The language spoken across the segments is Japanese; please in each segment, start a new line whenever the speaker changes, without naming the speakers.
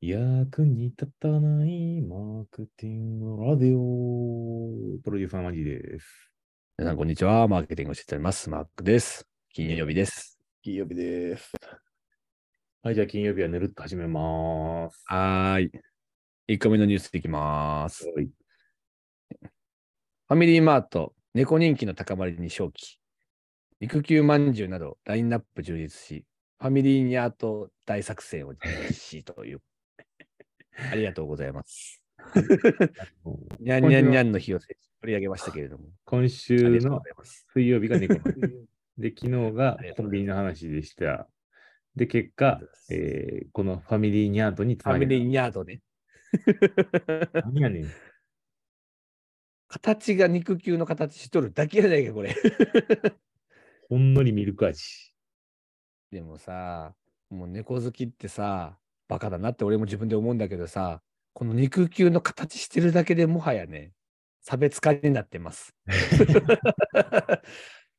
役に立たないマーケティングラディオ。プロデューサーマジです。
皆さん、こんにちは。マーケティングをしております。マックです。金曜日です。
金曜日です。はい、じゃあ金曜日はぬるっと始めます。
はーい。1個目のニュースいきます。フ
はい。
ァミリーマート、猫人気の高まりに正気。肉球まんじゅうなどラインナップ充実し、ファミリーニャート大作戦を実施という。 ありがとうござ います。にゃんにゃんにゃんの日を取り上げましたけれども。
今
あり
週
がとう
の
ございます。
水曜日が猫の日。で、昨日が
ありが
コ
とうございます
ンビニの話でした。で、結果、えーこのファミリーニャートにつ
ファ
なげ
ミ
た
リーニャートね。
何やねん。
形が肉球の形しとるだけやないか、これ。
ほんのりミルク味。
でもさ、もう猫好きってさ、バカだなって俺も自分で思うんだけどさ、この肉球の形してるだけでもはやね、差別化になってます。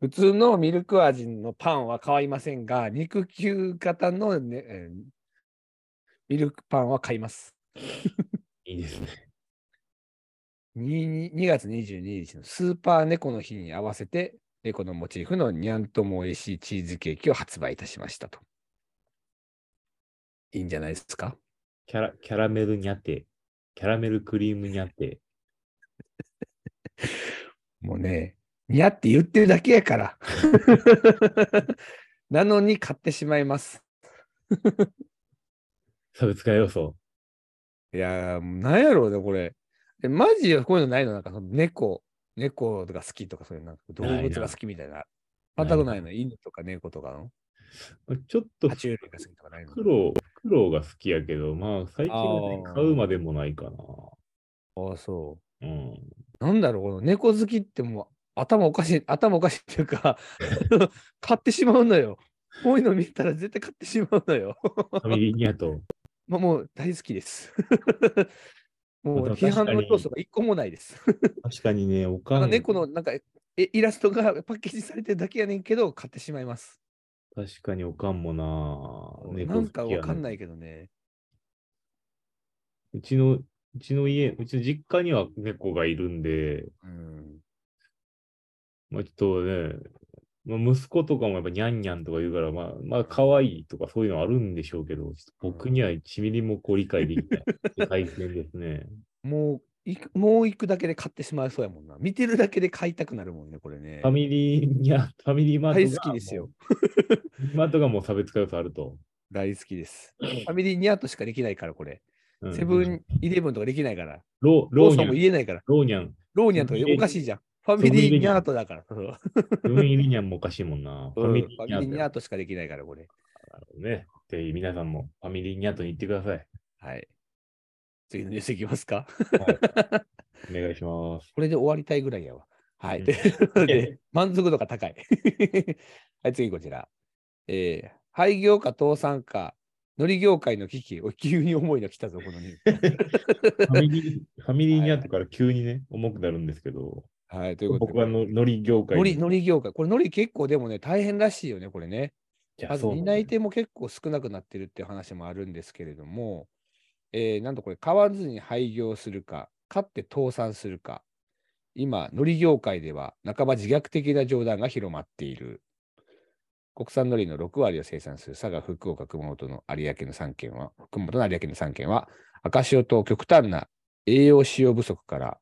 普通のミルク味のパンは買いませんが、肉球型の、ね、えーミルクパンは買います。
いいですね。
2, 2月22日のスーパー猫の日に合わせて、猫のモチーフのニャンとも美味しいチーズケーキを発売いたしましたと。いいんじゃないですか
キャラキャラメルニャテ。キャラメルクリームニャテ。
もうね、にゃって言ってるだけやから。 なのに買ってしまいます。
差別化要素。
いやー、なんやろうね、これ。えマジでこういうのないのなんかその猫、猫とか好きとかそういうなんか動
ないな
物が好きみたいな。全くないの。犬とか猫とかの。
ちょっと
爬虫類が好きとかないの。
黒、黒が好きやけど、まあ最近はね
あー
買うまでもないか
ああ、そ
な。うん。
う。なんだろう、この猫好きってもう頭おかしい、頭おかしいっていうか、 あの買ってしまうのよ。こういうの見たら絶対買ってしまうのよ。
ファミリーニャと。
まあ、もう大好きです。 もう
まあ
批判
確か
の
に
要素が一個もないです。
確かにね、お
あ
か
の
ん。
猫のなんかえイラストがパッケージされてるだけやねんけど、買ってしまいます。
確かにおかんもな。猫
なんかわかん
い。
ないけどね。
うちの、うちの家、うちの実家には猫がいるんで、
うん、
まあちょっとね、まあ、息子とかもやっぱニャンニャンとか言うから、まあ、まあ、可愛いとかそういうのあるんでしょうけど、ちょっと僕には1ミリもこう理解できない 世界線ですね。
もういく、もう行くだけで買ってしまいそうやもんな。見てるだけで買いたくなるもんね、これね
ファ。ミリーニャ、ファミリーマートが
大好きですよ。。
マートがもう差別化要素あると。
大好きです。ファミリーニャーとしかできないから、これ。
うん
セブンイレブンとかできないから。
ロー、
ロ
ロ
ー
ー
ソ
ニ
ンも
ャン、
言えないから。
ローニャン、
ローニャンとかおかしいじゃん。ファミリーニャーとだから。そう
セブンイレニャンもおかしいもん な。ファ
うん
ミ
フ
リー
ァ
ニャ
ミリー
ン
ニ
だ
ャー
よ
としかできないから、これ。
ね。ぜひ皆さんもファミリーニャンと言ってください。
はい。次のニュースいきますか。
お願いします。
これで終わりたいぐらいやわ。はい。
うん
ということで、満足度が高い。 はい、次こちら。えー、廃業か倒産か、海苔業界の危機、お急に重いの来たぞ、このニュー
ファミ リー、ファミリーニャンとから急にね、重くなるんですけど、
ス。はい、というこ
僕
とで。
はの海苔業界
海苔海苔業界、これ海苔結構でもね、大変らしいよね、これね。
じゃ
ま
あ
ず
そう
担い手も結構少なくなってるっていう話もあるんですけれども、えーなんとこれ、買わずに廃業するか、買って倒産するか、今、海苔業界では半ば自虐的な冗談が広まっている。国産海苔の6割を生産する佐賀、福岡、熊本の有明の3県は、熊本の有明の3県は、赤潮と極端な栄養使用不足から、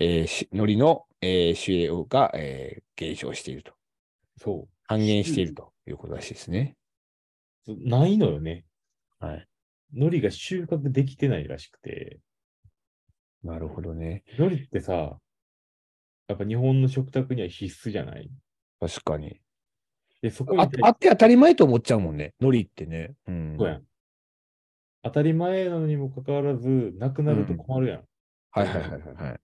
えーし海苔の、えー主栄養が、えー減少していると。
そう。
半減しているということらしいですね。
ないのよね。
はい。
海苔が収穫できてないらしくて、
なるほどね。
海苔ってさ、やっぱ日本の食卓には必須じゃない
確かに。
で、そこに
ああって当たり前と思っちゃうもんね。海苔ってね。うん
そうやん。当たり前なのにもかかわらず、なくなると困るやん。
はいはいはいはいはい。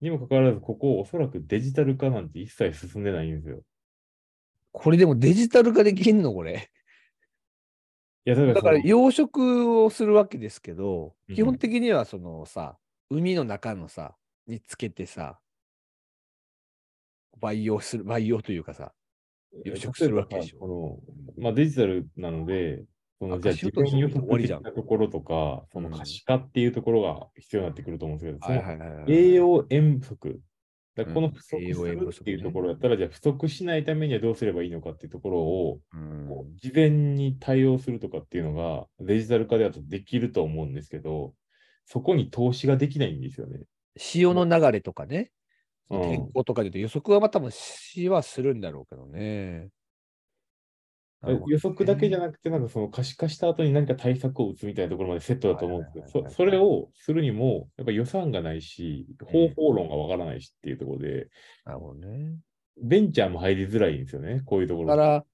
にもかかわらず、ここ、おそらくデジタル化なんて一切進んでないんですよ。
これでもデジタル化できんのこれ。
いや、だから
だから
その
養殖をするわけですけど、
うん
基本的にはそのさ、海の中のさ、につけてさ、培養する、培養というかさ、養殖するわけでしょ
このまあ、デジタルなので、そのじゃあ
歌手
自
と
分
して
に
も終わりじゃん
的なところとか、その可視化っていうところが必要になってくると思うんですけど、その
いは
栄養塩不足。だから
うん
この不足
栄養
す
塩
る
不足
っていう
ね
ところだったら、じゃあ不足しないためにはどうすればいいのかっていうところを、
うん
こう事前に対応するとかっていうのがデジタル化であとできると思うんですけど、そこに投資ができないんですよね。
潮の流れとかね、
うん
天候とかで言うと予測はまあ多分しはするんだろうけどね。なるほどね
予測だけじゃなくて、なんかその可視化した後に何か対策を打つみたいなところまでセットだと思うんですけ
はいは
ど、
いはいはい
そそれをするにも、やっぱ予算がないし、方法論がわからないしっていうところで、
なるほどね。
ベンチャーも入りづらいんですよね、こういうところ。
だから、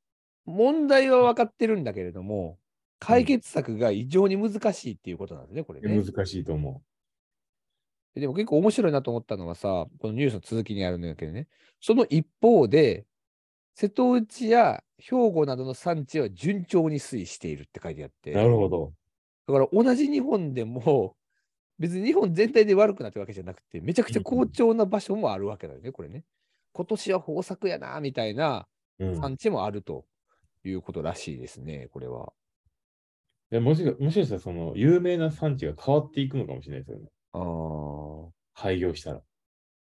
問題は分かってるんだけれども、解決策が異常に難しいっていうことなんですね、これね。
難しいと思
でも結構面白いなと思ったのはさ、このニュースの続きにあるんだけどね、その一方で、瀬戸内や兵庫などの産地は順調に推移しているって書いてあっ
う。
て、
な
だか
るほど。
ら同じ日本でも、別に日本全体で悪くなってるわけじゃなくて、めちゃくちゃ好調な場所もあるわけだよね、これね。今年は豊作やな、みたいな
うん
産地もあるということらしいですね、これは。
でもしかもしかしたら、その有名な産地が変わっていくのかもしれないですよね。
あー
廃業したら。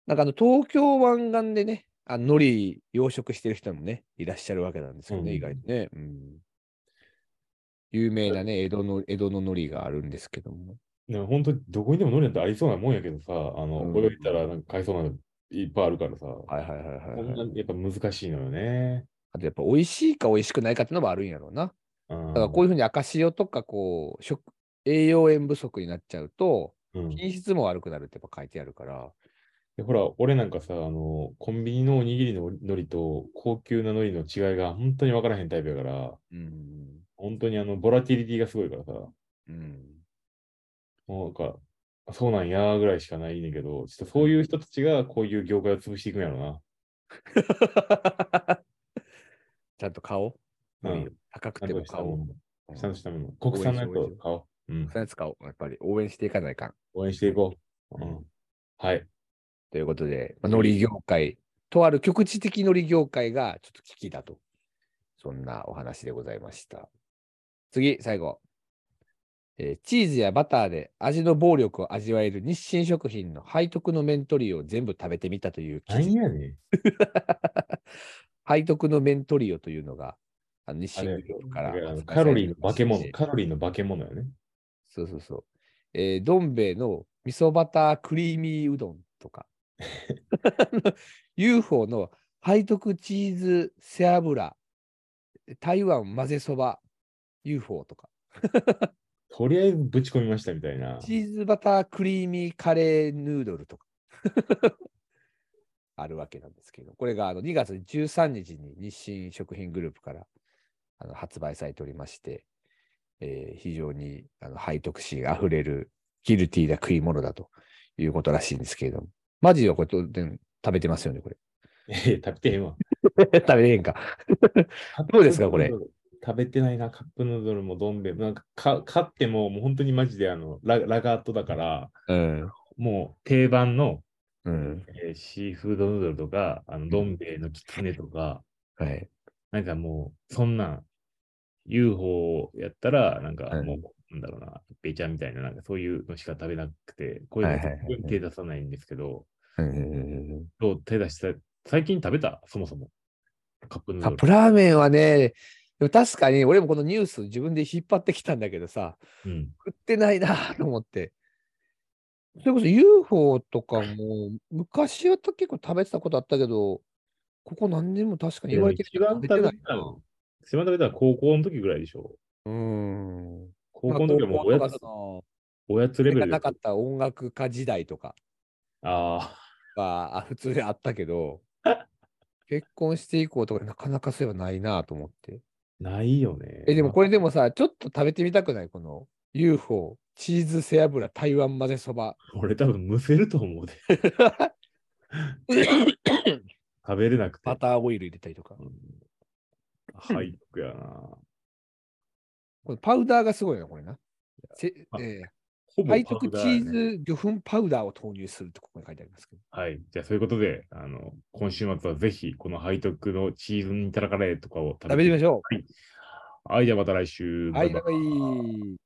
なんかあの東京湾岸でね、あの海苔養殖してる人もね、いらっしゃるわけなんですよね、
うん
意外とね。うん有名なね、江戸の、江戸の海苔があるんですけども。
ね、本当にどこにでも海苔なんてありそうなもんやけどさ、あの、
うん
泳いだらなんか買いそうなのいっぱいあるからさ、
はいはいはいは
こ
い
ん
はい、
なやっぱ難しいのよね。
あとやっぱ美味しいか美味しくないかっていうのもあるんやろうな。
だ
だからこういうふうに赤潮とかこう、食栄養塩不足になっちゃうと、
うん、
品質も悪くなるってやっぱ書いてあるから。
でほら、俺なんかさ、あの、コンビニのおにぎりの海苔と高級な海苔の違いが本当に分からへんタイプやから、
うん。
本当にあの、ボラティリティがすごいからさ、
うん。
もうなんか、そうなんやーぐらいしかないねんけど、ちょっとそういう人たちがこういう業界を潰していくんやろ
ちゃんと顔、
な。うん。
高
ちゃ
く
ん
て
と
も
した
顔
も
を。
の。ちゃんとしたもの。国産のやつを買おう。うん。
そういうやつかをやっぱり応援していかないかん。
応援していこう。う
うん
ん。はい。
ということで、まあ、海苔業界、とある局地的海苔業界がちょっと危機だと。そんなお話でございました。次、最後。えーチーズやバターで味の暴力を味わえる日清食品の背徳の麺取りを全部食べてみたという記
何
事。
やね
背徳の麺取りをというのが、あの日
ん。あれ
清グループから
だらあの
発売
カ
さ
ロ
れ
リー
て
の
る
化け物。
記事
カロリーの化け物よね。
そうそうそう。えーどん兵衛の味噌バタークリーミーうどんとか、UFO の背徳チーズ背脂、台湾混ぜそば、UFO とか、
とりあえずぶち込みましたみたい な。
チーズバタークリーミーカレーヌードルとか、 あるわけなんですけど、これがあの2月13日に日清食品グループからあの発売されておりまして、えー非常にあの背徳心あふれるギルティーな食い物だということらしいんですけれども、マジはこれ当然食べてますよね、これ。
ええ食べてへんわ。
食べれへんか。どうですかこれ。
食べてないな、カップヌードルもどん兵衛も。なんかか、買っても、もう本当にマジであのラ、ラガートだから、
うん。
もう定番の、
うん。
えーシーフードヌードルとか、あの、どん兵衛のキツネとか、
はい。
なんかもう、そんなん、UFO やったら、なんか
はい
もう、なんだろうな、べちゃんみたいな、なんかそういうのしか食べなくて、こういうの
はいはいはいはい
手出さないんですけど、
うん
どう手出した、最近食べたそもそも。カップヌー
カ
ド
ッ
ル。
プラーメンはね、でも確かに俺もこのニュース自分で引っ張ってきたんだけどさ、
うん。
食ってないなぁと思って。それこそ UFO とかも、昔は結構食べてたことあったけど、ここ何年も確かに言われてみ
一
たら
番食べ
な
た
い
の、一番食べたのは高校の時ぐらいでしょ。
うーん。
高校の時はもうおや
まあ
つ
高校とか、そ
おやつレ
の
ベ
が
ルで
な。かった音楽家時代とか
あ
はあ普通にあった けど、結婚して以降とかなかなかそういえばないなぁと思って。
あ、ないよね。
え、でも
れ、
これでもさ、ちょっと食べてみたくないこの UFO、チーズ背脂、台湾混ぜそ ば。
俺多分むせると思うで。食べれなくて。
バターオイル入れたりとか。
うんはい、僕やな。
このパウダーがすごいな、これな。せ
あ
え
ほ
ー、
ぼ
背
パウ
徳チ
ダーやね
ーズ魚粉パウダーを投入するとここに書いてありますけど。
はい。じゃあ、そういうことで、あの、今週末はぜひ、この背徳のチーズにたらかれとかを食
食べてみましょ
はい。はい、じゃあまた来週。
はい、
バイバイ
はい。